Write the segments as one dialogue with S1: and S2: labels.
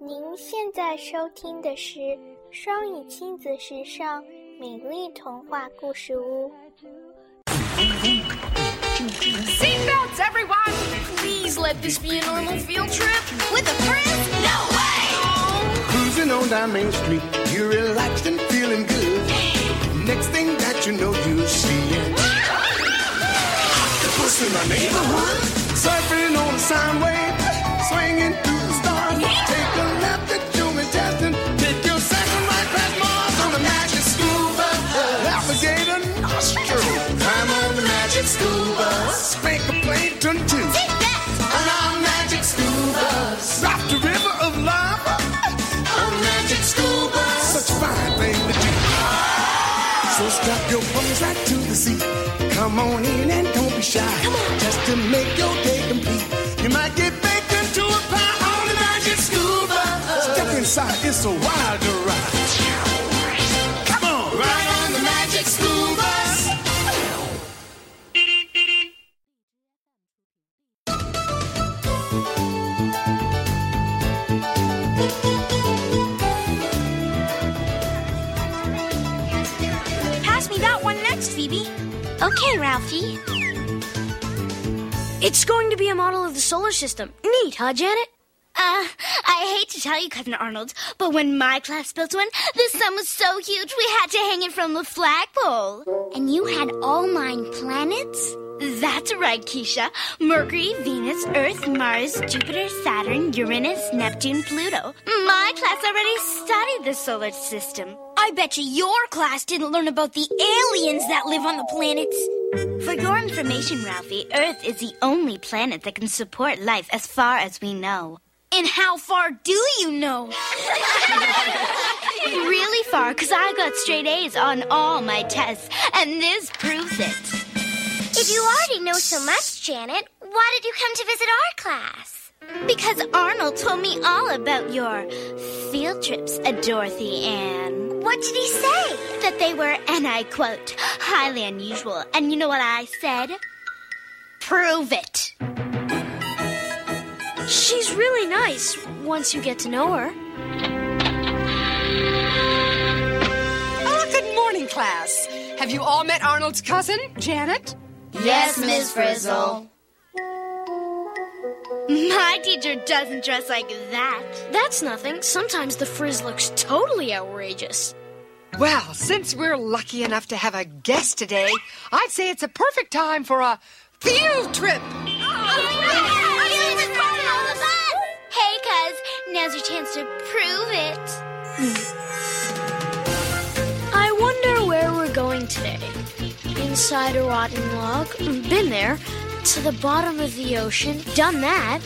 S1: 您现在收听的是双语亲子时尚美丽童话故事屋。
S2: Seatbelts, everyone! Please let this be a normal field trip with a friend. No way!
S3: Cruising on down Main Street, you're relaxed and feeling good. Next thing that you know, you see it. The puss in my neighborhood, surfing on the sound wave, swinging through the stars. Take a left at Jimmy Jackson, take your second right past Mars on the magic scuba. Alligator nostril, climb on the magic scuba. Spank a plankton too on our magic scuba. Drop the river of lava on magic scuba. Such fine thing to do. So strap your bums right to the seat. Come on in and don't be shy. Just to make your day complete, you might get baked into a pie on the magic scuba. Step inside, it's a wilder ride. Come on, ride on the magic scuba.
S2: Pass me that one next, Phoebe.
S4: Okay, Ralphie.
S2: It's going to be a model of the solar system. Neat, huh, Janet?
S4: Uh, I hate to tell you, Cousin Arnold, but when my class built one, the sun was so huge we had to hang it from the flagpole. And you had all mine planets? That's right, Keisha. Mercury, Venus, Earth, Mars, Jupiter, Saturn, Uranus, Neptune, Pluto. My class already studied the solar system. I bet you your class didn't learn about the aliens that live on the planets. For your information, Ralphie, Earth is the only planet that can support life as far as we know. And how far do you know? really far, because I got straight A's on all my tests, and this proves it.
S5: If you already know so much, Janet, why did you come to visit our class?
S4: Because Arnold told me all about your field trips, uh, Dorothy Ann.
S5: What did he say?
S4: That they were, and I quote, highly unusual. And you know what I said? Prove it.
S2: She's really nice once you get to know her.
S6: Ah, good morning, class. Have you all met Arnold's cousin, Janet?
S4: Yes, Miss Frizzle. My teacher doesn't dress like that.
S2: That's nothing. Sometimes the frizz looks totally outrageous.
S6: Well, since we're lucky enough to have a guest today, I'd say it's a perfect time for a field trip.
S4: Hey, cuz, now's your chance to prove it.
S2: I wonder where we're going today. Inside a rotten log? Been there. To the bottom of the ocean? Done that.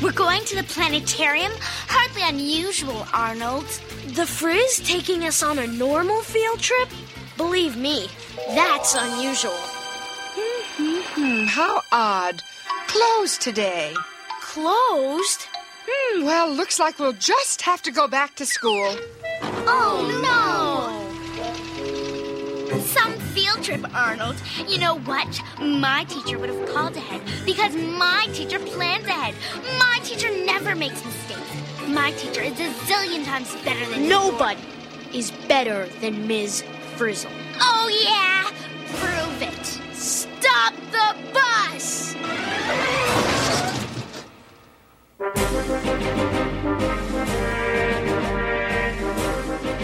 S4: We're going to the planetarium? Hardly unusual, Arnold.
S2: The frizz taking us on a normal field trip? Believe me, that's unusual.
S6: Hmm, how odd. Closed today.
S2: Closed?
S6: Hmm, well, looks like we'll just have to go back to school.
S4: Oh no! Some field trip, Arnold. You know what? My teacher would have called ahead because my teacher plans ahead. My teacher never makes mistakes. My teacher is a zillion times better than you.
S2: Nobody is better than Ms. Frizzle.
S4: Oh yeah! Prove it. Stop the bus!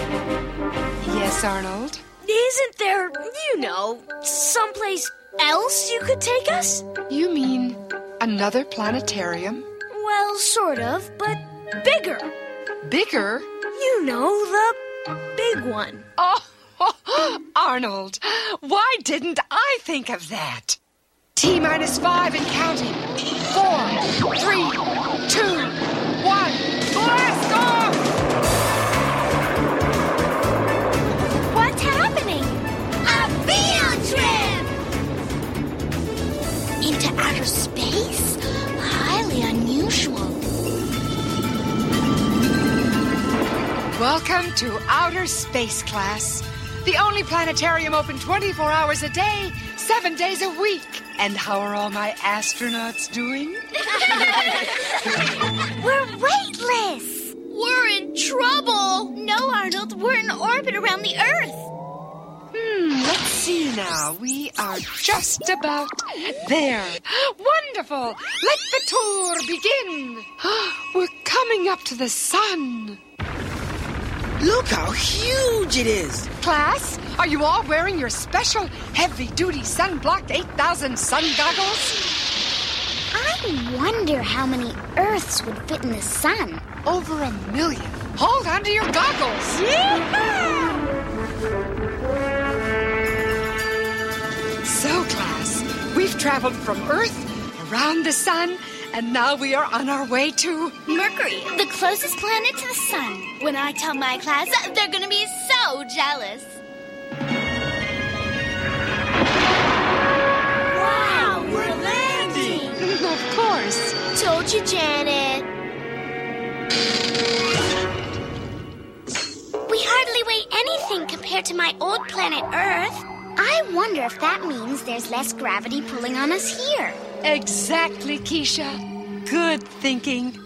S6: Yes, Arnold?
S2: Isn't there, you know, someplace else you could take us?
S6: You mean another planetarium?
S2: Well, sort of, but bigger.
S6: Bigger?
S2: You know, the big one.
S6: Oh, Arnold, why didn't I think of that? T minus five and counting. Four, three, two, one. Blast off!
S4: What's happening? A field trip! Into outer space? Highly unusual.
S6: Welcome to outer space class, the only planetarium open 24 hours a day, seven days a week. And how are all my astronauts doing?
S4: We're way we're in orbit around the Earth.
S6: Hmm, let's see now. We are just about there. Wonderful! Let the tour begin. We're coming up to the sun.
S7: Look how huge it is.
S6: Class, are you all wearing your special heavy duty sunblock 8000 sun goggles?
S4: I wonder how many Earths would fit in the sun.
S6: Over a million. Hold on to your goggles. So, class, we've traveled from Earth, around the sun, and now we are on our way to.
S4: Mercury, the closest planet to the sun. When I tell my class, they're gonna be so jealous. Wow, we're landing!
S6: Of course.
S4: Told you, Janet.
S5: We hardly weigh anything compared to my old planet Earth.
S4: I wonder if that means there's less gravity pulling on us here.
S6: Exactly, Keisha. Good thinking.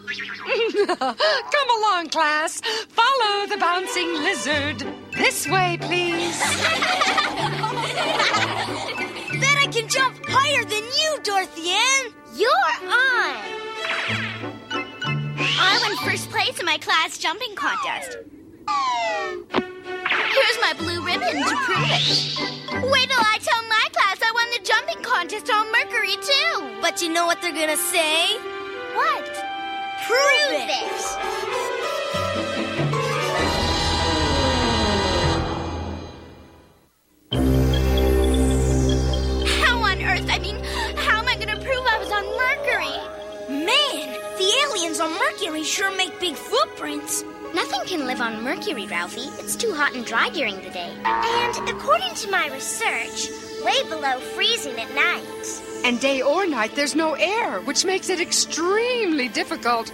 S6: Come along, class. Follow the bouncing lizard. This way, please.
S4: Bet I can jump higher than you, Dorothy Ann.
S5: You're on.
S4: I won first place in my class jumping contest. Here's my blue ribbon to prove it. Wait till I tell my class I won the jumping contest on Mercury, too. But you know what they're gonna say? What? Prove, it. How on earth? I mean, how am I gonna prove I was on Mercury?
S5: Man, the aliens on Mercury sure make big footprints.
S4: Nothing can live on Mercury, Ralphie. It's too hot and dry during the day.
S5: And according to my research, way below freezing at night.
S6: And day or night, there's no air, which makes it extremely difficult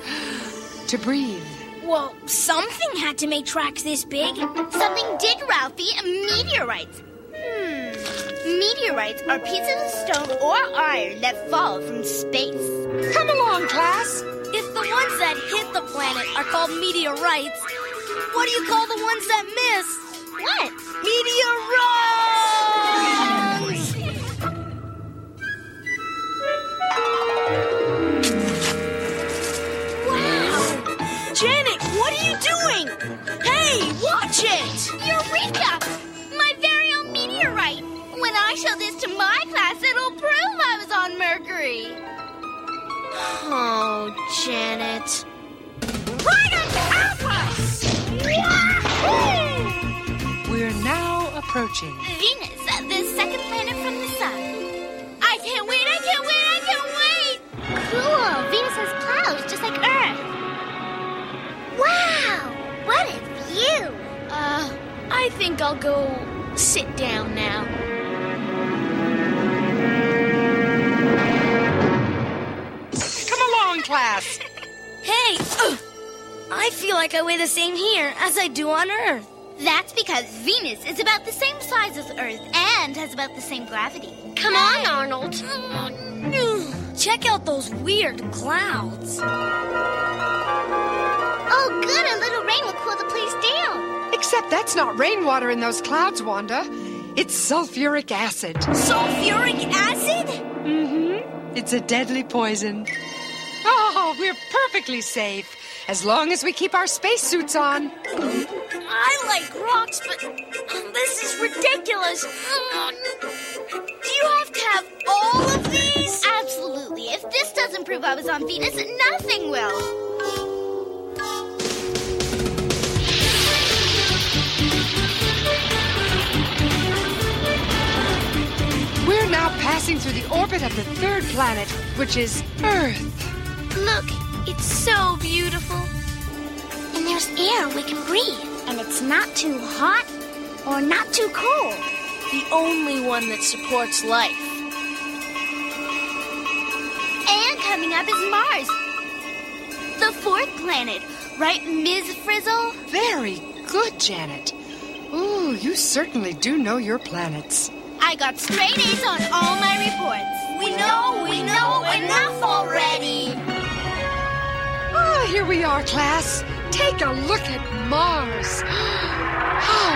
S6: to breathe.
S5: Well, something had to make tracks this big.
S4: Something did, Ralphie. Meteorites. Hmm. Meteorites are pieces of stone or iron that fall from space.
S6: Come along, class.
S5: If the ones that hit the planet are called meteorites, what do you call the ones that miss?
S4: What?
S5: Meteorites!
S2: Janet, what are you doing? Hey, watch it!
S4: Eureka! My very own meteorite. When I show this to my class, it'll prove I was on Mercury.
S2: Oh, Janet.
S4: Right up to Alpha! Wahoo!
S6: We're now approaching.
S4: Venus, the second planet from the sun. I can't wait! I can't wait! I can't wait!
S5: Cool. Venus has clouds just like Earth. Wow! What a view!
S2: Uh, I think I'll go sit down now.
S6: Come along, class.
S5: Hey!
S4: uh,
S5: ugh, I feel like I weigh the same here as I do on Earth.
S4: That's because Venus is about the same size as Earth and has about the same gravity.
S5: Come on, Arnold. Check out those weird clouds.
S4: Oh, good, a little rain will cool the place down.
S6: Except that's not rainwater in those clouds, Wanda. It's sulfuric acid.
S5: Sulfuric acid?
S6: It's a deadly poison. Oh, we're perfectly safe. As long as we keep our spacesuits on.
S5: I like rocks, but this is ridiculous. Do you have to have all of these?
S4: Absolutely. If this doesn't prove I was on Venus, nothing will.
S6: We're now passing through the orbit of the third planet, which is Earth.
S5: Look, it's so beautiful. And there's air we can breathe.
S4: And it's not too hot or not too cold.
S2: The only one that supports life.
S4: And coming up is Mars, the fourth planet. Right, Ms. Frizzle?
S6: Very good, Janet. Ooh, you certainly do know your planets.
S4: I got straight A's on all my reports.
S5: We know, we know enough already.
S6: Ah, here we are, class. Take a look at Mars. How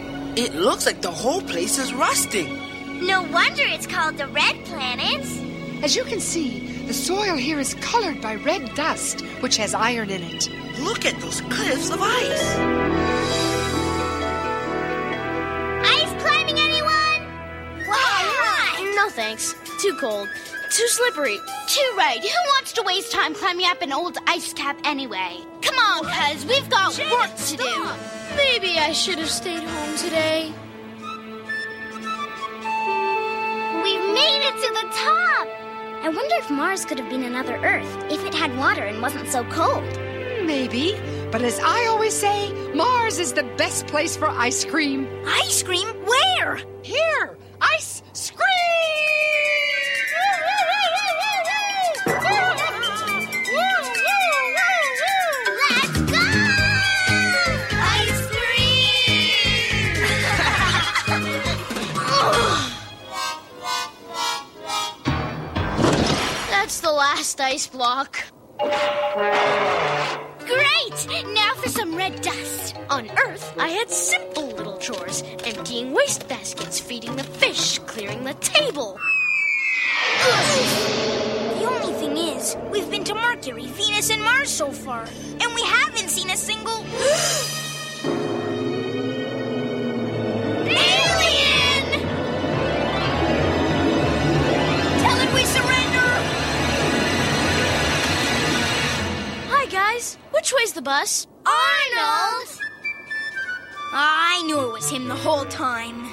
S6: marvelous.
S7: It looks like the whole place is rusting.
S4: No wonder it's called the Red Planets.
S6: As you can see, the soil here is colored by red dust, which has iron in it.
S7: Look at those cliffs of ice.
S4: Ice climbing, anyone? Why?
S2: No thanks. Too cold. Too slippery.
S4: Too right. Who wants to waste time climbing up an old ice cap anyway? Come on, cuz we've got work to do.
S2: Maybe I should have stayed home today.
S4: We've made it to the top. I wonder if Mars could have been another Earth if it had water and wasn't so cold.
S6: Maybe. But as I always say, Mars is the best place for ice cream.
S5: Ice cream? Where?
S6: Here, ice scream!
S4: Let's go! Ice
S2: That's the last ice block.
S4: Great! Now for some red dust.
S2: On Earth, I had simple little chores emptying waste baskets, feeding the fish, clearing the table.
S5: The only thing is, we've been to Mercury, Venus, and Mars so far, and we haven't seen a single.
S4: Alien!
S5: Tell him we surrender!
S2: Hi, guys. Which way's the bus?
S5: Arnold! I knew it was him the whole time.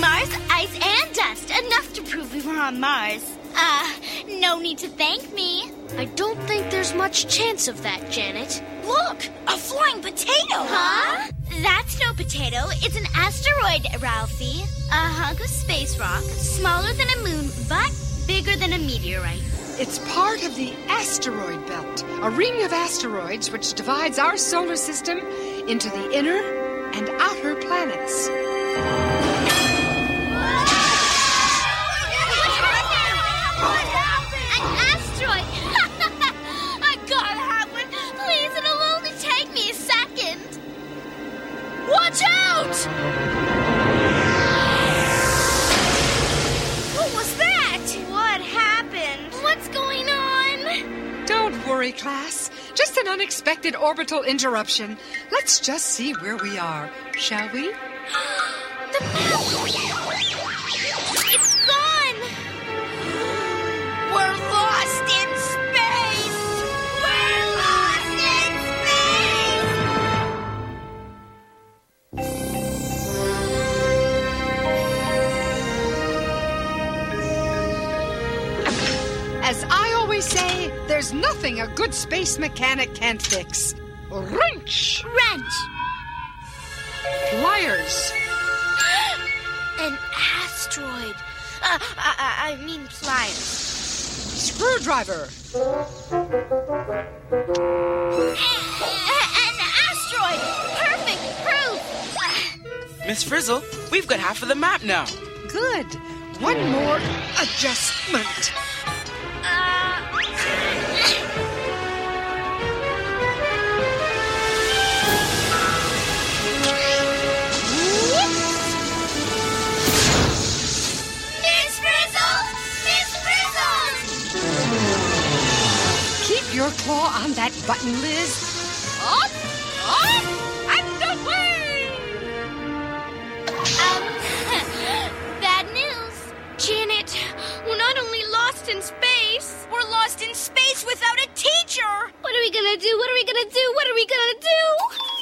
S4: Mars, ice, and dust. Enough to prove we were on Mars. Uh, no need to thank me.
S2: I don't think there's much chance of that, Janet.
S5: Look, a flying potato!
S4: Huh? That's no potato. It's an asteroid, Ralphie. A hunk of space rock, smaller than a moon, but bigger than a meteorite.
S6: It's part of the asteroid belt, a ring of asteroids which divides our solar system into the inner and outer planets.
S4: What happened? An asteroid! I gotta have one! Please, it'll only take me a second! Watch out! What was that? What happened? What's going on?
S6: Don't worry, class. Just an unexpected orbital interruption. Let's just see where we are, shall we?
S4: The It's gone!
S5: We're lost in space! We're lost in space!
S6: As I always say, there's nothing a good space mechanic can't fix. Wrench!
S4: Wrench!
S6: Pliers!
S2: An asteroid. Uh, I, I I mean, pliers.
S6: Screwdriver!
S4: A- an asteroid! Perfect proof!
S7: Miss Frizzle, we've got half of the map now.
S6: Good. One more adjustment.
S4: Uh, Miss Frizzle! Miss Frizzle!
S6: Keep your claw on that button, Liz.
S4: Up, up, and away! Um, bad news. Janet, we're not only lost in space,
S5: We're lost in space without a teacher!
S4: what are we gonna do? What are we gonna do? What are we gonna do?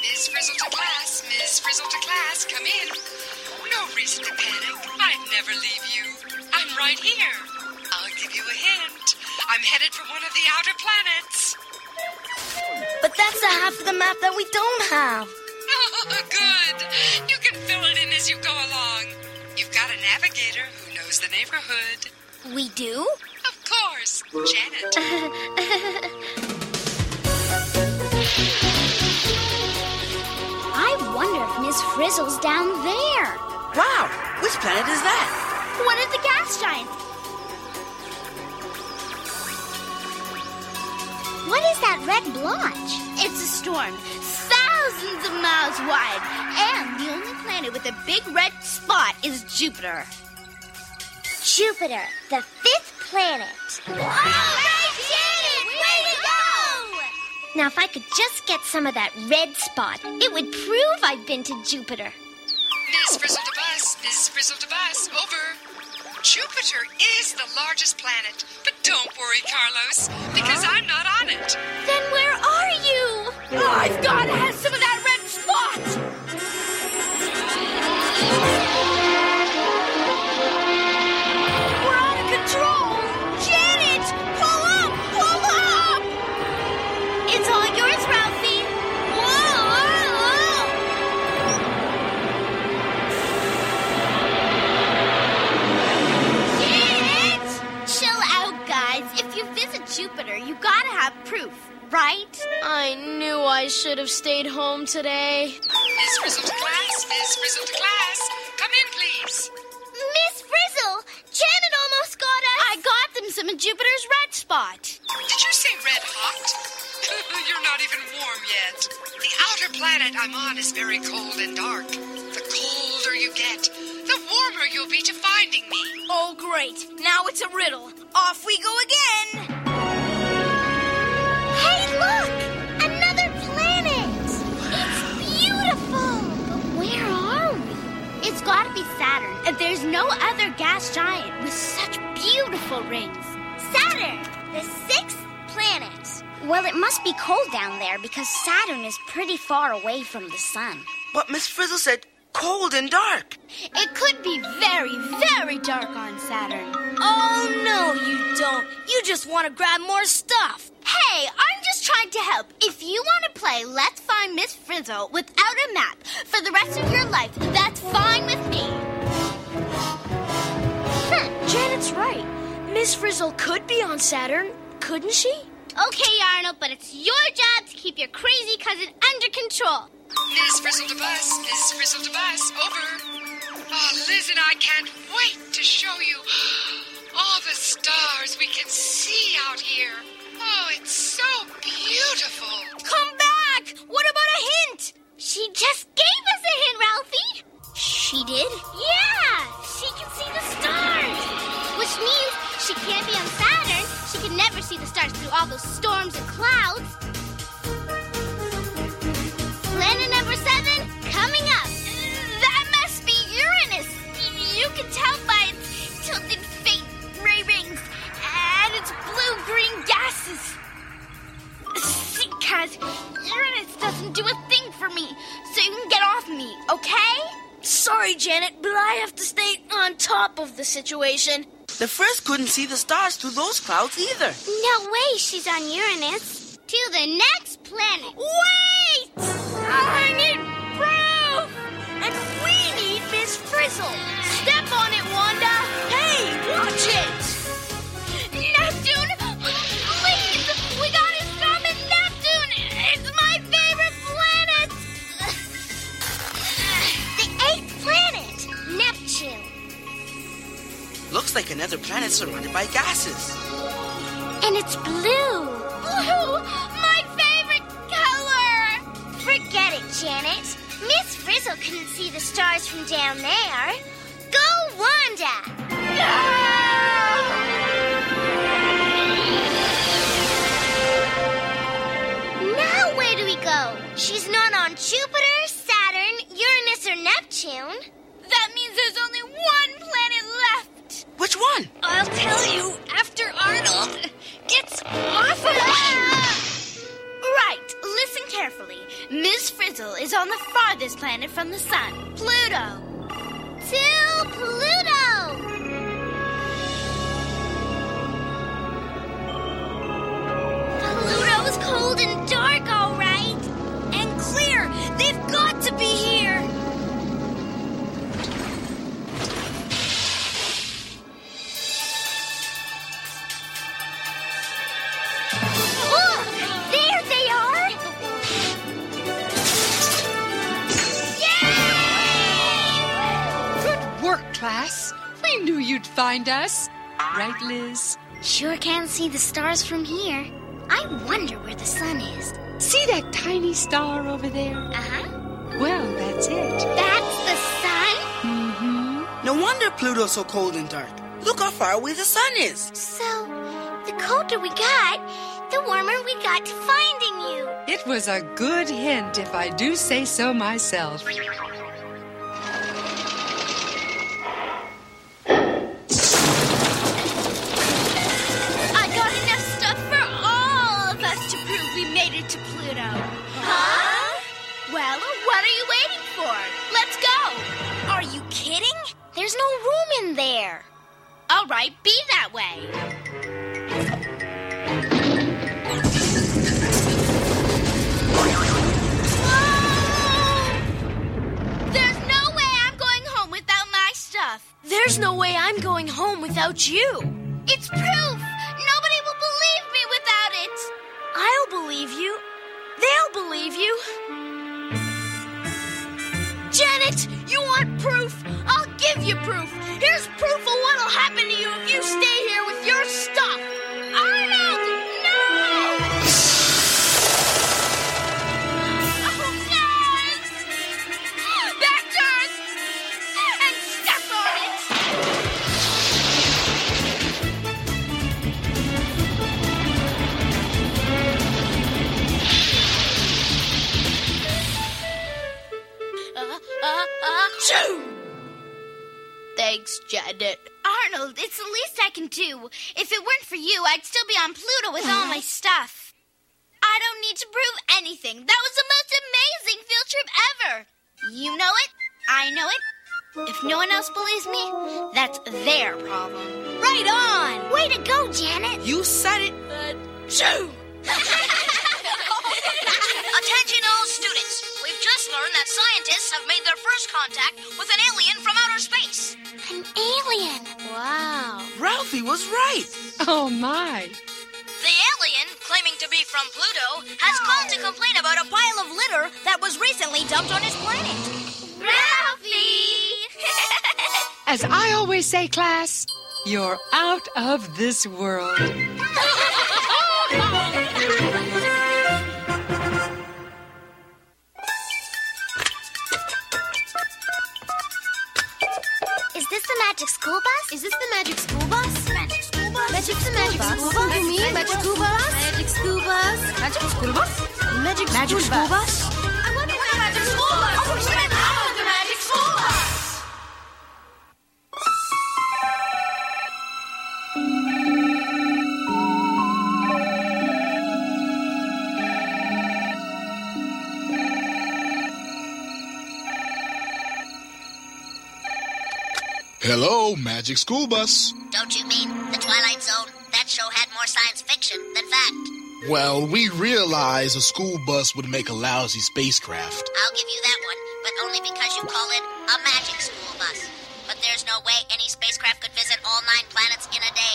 S6: Miss Frizzle to class, Miss Frizzle to class, come in. No reason to panic. I'd never leave you. I'm right here. I'll give you a hint. I'm headed for one of the outer planets.
S5: But that's the half of the map that we don't have.
S6: Good. You can fill it in as you go along. You've got a navigator who knows the neighborhood.
S5: We do?
S6: Of course, Janet.
S4: I wonder if Miss drizzles down there.
S7: Wow, which planet is that?
S4: One of the gas giants. What is that red blotch? It's a storm, thousands of miles wide, and the only planet with a big red spot is Jupiter.
S5: Jupiter, the fifth planet.
S4: Oh,
S5: Now, if I could just get some of that red spot, it would prove I've been to Jupiter.
S6: Miss Frizzle Device, Miss Frizzle Device, over. Jupiter is the largest planet, but don't worry, Carlos, because I'm not on it.
S4: Then where are you? I've got to have some of that red spot! We're out of control! Janet! Pull up! Pull up! It's all yours, Ralphie! Whoa! whoa, whoa. Chill out, guys. If you visit Jupiter, you gotta have proof, right?
S2: I knew I should have stayed home today.
S6: Miss Frizzle to class, Miss Frizzle to class, come in, please.
S4: Miss Frizzle, Janet almost got us. I got them some of Jupiter's red spot.
S6: Did you say red hot? You're not even warm yet. The outer planet I'm on is very cold and dark. The colder you get, the warmer you'll be to finding me.
S5: Oh, great. Now it's a riddle. Off we go again.
S4: Hey, look! Another planet! It's beautiful! But where are we? It's gotta be Saturn. And there's no other gas giant with such beautiful rings. Saturn, the sixth planet.
S5: Well, it must be cold down there because Saturn is pretty far away from the sun.
S7: But Miss Frizzle said cold and dark.
S4: It could be very, very dark on Saturn.
S5: Oh, no, you don't. You just want to grab more stuff.
S4: Hey, I'm just trying to help. If you want to play Let's Find Miss Frizzle without a map for the rest of your life, that's fine with me.
S2: Janet's right. Miss Frizzle could be on Saturn, couldn't she?
S4: Okay, Arnold, but it's your job to keep your crazy cousin under control.
S6: Miss Frizzle to bus, Miss Frizzle to bus, over. Oh, Liz and I can't wait to show you all the stars we can see out here. Oh, it's so beautiful.
S4: Come back! What about a hint? She just gave us a hint, Ralphie. She did? Yeah! She can see the stars! Which means she can't be on Saturn. She can never see the stars through all those storms and clouds. Planet number seven coming up. That must be Uranus. You can tell by its tilted faint ray rings and its blue green gases. See, Kaz, Uranus doesn't do a thing for me, so you can get off me, okay?
S2: Sorry, Janet, but I have to stay on top of the situation.
S7: The Frizz couldn't see the stars through those clouds either.
S4: No way she's on Uranus. To the next planet. Wait! I need proof! And we need Miss Frizzle. Step on it, Wanda. Hey, watch it! Neptune! Please! We got it from it, Neptune! It's my favorite planet! the eighth planet, Neptune.
S7: Looks like another planet surrounded by gases.
S4: And it's blue. Blue! My favorite color! Forget it, Janet. Miss Frizzle couldn't see the stars from down there. Go, Wanda! Now where do we go? She's not on Jupiter, Saturn, Uranus, or Neptune. That means there's only one planet left.
S7: Which one?
S5: I'll tell you after Arnold gets off of
S4: Right, listen carefully. Miss Frizzle is on the farthest planet from the sun, Pluto. To Pluto! Pluto's cold and dark, all right. And clear! They've got to be here! Look! There they are! Yeah!
S6: work, class. We knew you'd find us. Right, Liz?
S8: Sure can see the stars from here. I wonder where the sun is.
S6: See that tiny star over there?
S8: Uh huh.
S6: Well, that's it.
S8: That's the sun?
S3: No wonder Pluto's so cold and dark. Look how far away the sun is.
S8: So, the colder we got, the warmer we got to finding you.
S6: It was a good hint, if I do say so myself.
S9: I got enough stuff for all of us to prove we made it to Pluto. Huh? Well, what are you waiting for? Let's go. Are you kidding?
S8: There's no room in there.
S9: All right, be that way. Whoa! There's no way I'm going home without my stuff.
S10: There's no way I'm going home without you.
S9: It's proof. Nobody will believe me without it.
S10: I'll believe you. They'll believe you.
S9: Janet, you want proof? I'll give you proof. Here's proof of what'll happen to you if you stay here with your stuff. Arnold, no! Oh, no! It's- That's ours! And step on it!
S8: Thanks, Janet. Arnold, it's the least I can do. If it weren't for you, I'd still be on Pluto with all my stuff. I don't need to prove anything. That was the most amazing field trip ever. You know it. I know it. If no one else believes me, that's their problem. Right on! Way to go, Janet!
S3: You said it.
S4: Attention all students! We've just learned that scientists have made their first contact with an alien from outer space.
S8: An alien! Wow.
S3: Ralphie was right.
S6: Oh, my.
S4: The alien, claiming to be from Pluto, has called to complain about a pile of litter that was recently dumped on his planet.
S6: As I always say, class, you're out of this world.
S8: Is this the magic school bus? Is this the magic school bus? Magic school bus? Magic the magic school bus? You mean magic school bus? Magic school bus? Magic school bus? Magic school, bus? I wonder where the magic school bus. Oh, it's been out the magic school bus.
S11: Hello, Magic School Bus.
S4: Don't you mean The Twilight Zone? That show had more science fiction than fact.
S11: Well, we realize a school bus would make a lousy spacecraft.
S4: I'll give you that one, but only because you call it a magic school bus. But there's no way any spacecraft could visit all nine planets in a day.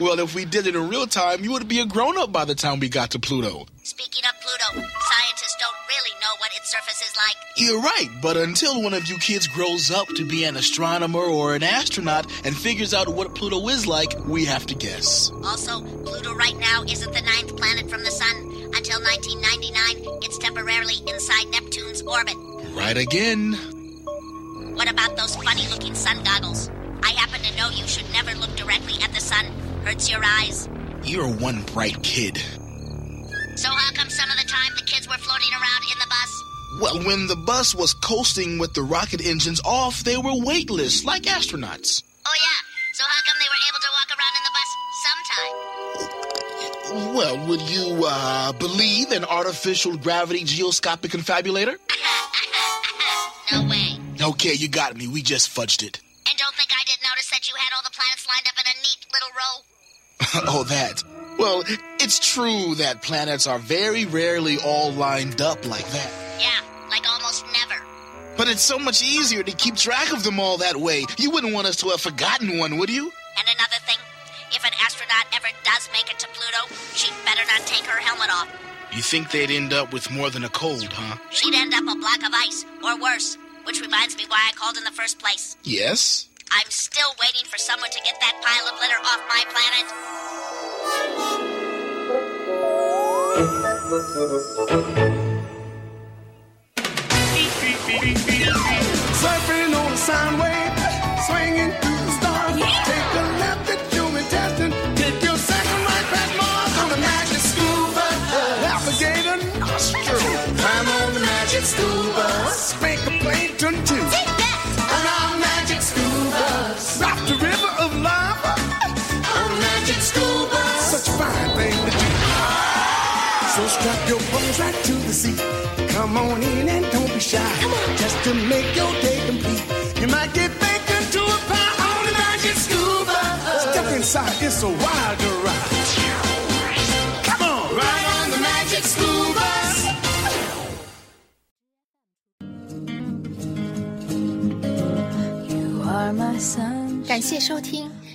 S11: well, if we did it in real time, you would be a grown up by the time we got to Pluto.
S4: Speaking of Pluto, scientists don't really know what its surface is like.
S11: You're right, but until one of you kids grows up to be an astronomer or an astronaut and figures out what Pluto is like, we have to guess.
S4: Also, Pluto right now isn't the ninth planet from the sun. Until 1999, it's temporarily inside Neptune's orbit.
S11: Right again.
S4: What about those funny looking sun goggles? I happen to know you should never look directly at the sun, hurts your eyes.
S11: You're one bright kid.
S4: So, how come some of the time the kids were floating around in the bus?
S11: Well, when the bus was coasting with the rocket engines off, they were weightless, like astronauts.
S4: Oh, yeah. So, how come they were able to walk around in the bus sometime?
S11: Well, would you uh, believe in artificial gravity geoscopic confabulator?
S4: No way.
S11: Okay, you got me. We just fudged it.
S4: And don't think I didn't notice that you had all the planets lined up in a neat little row.
S11: oh, that. Well, it's true that planets are very rarely all lined up like that.
S4: Yeah, like almost never.
S11: But it's so much easier to keep track of them all that way. You wouldn't want us to have forgotten one, would you?
S4: And another thing, if an astronaut ever does make it to Pluto, she'd better not take her helmet off.
S11: You think they'd end up with more than a cold, huh?
S4: She'd end up a block of ice, or worse. Which reminds me why I called in the first place.
S11: Yes.
S12: I'm still waiting for someone to get that pile of litter off my planet.
S3: Surfing on a sound wave, swinging through the stars. Take a left at human testing. Take your second right past Mars on the magic scuba. Navigator nostril. Climb on the magic scuba. Spankoplankton too.
S12: Take that!
S3: On our magic scuba. Rock the river of lava. On magic scuba. Such a fine thing to do. So strap your bones right to the seat. Come on in and don't be shy. Just to make your day complete. You might get baked into a pie on the magic scuba. Step inside, it's a wilder ride. Come on, ride on the magic scuba.
S4: 感谢收听。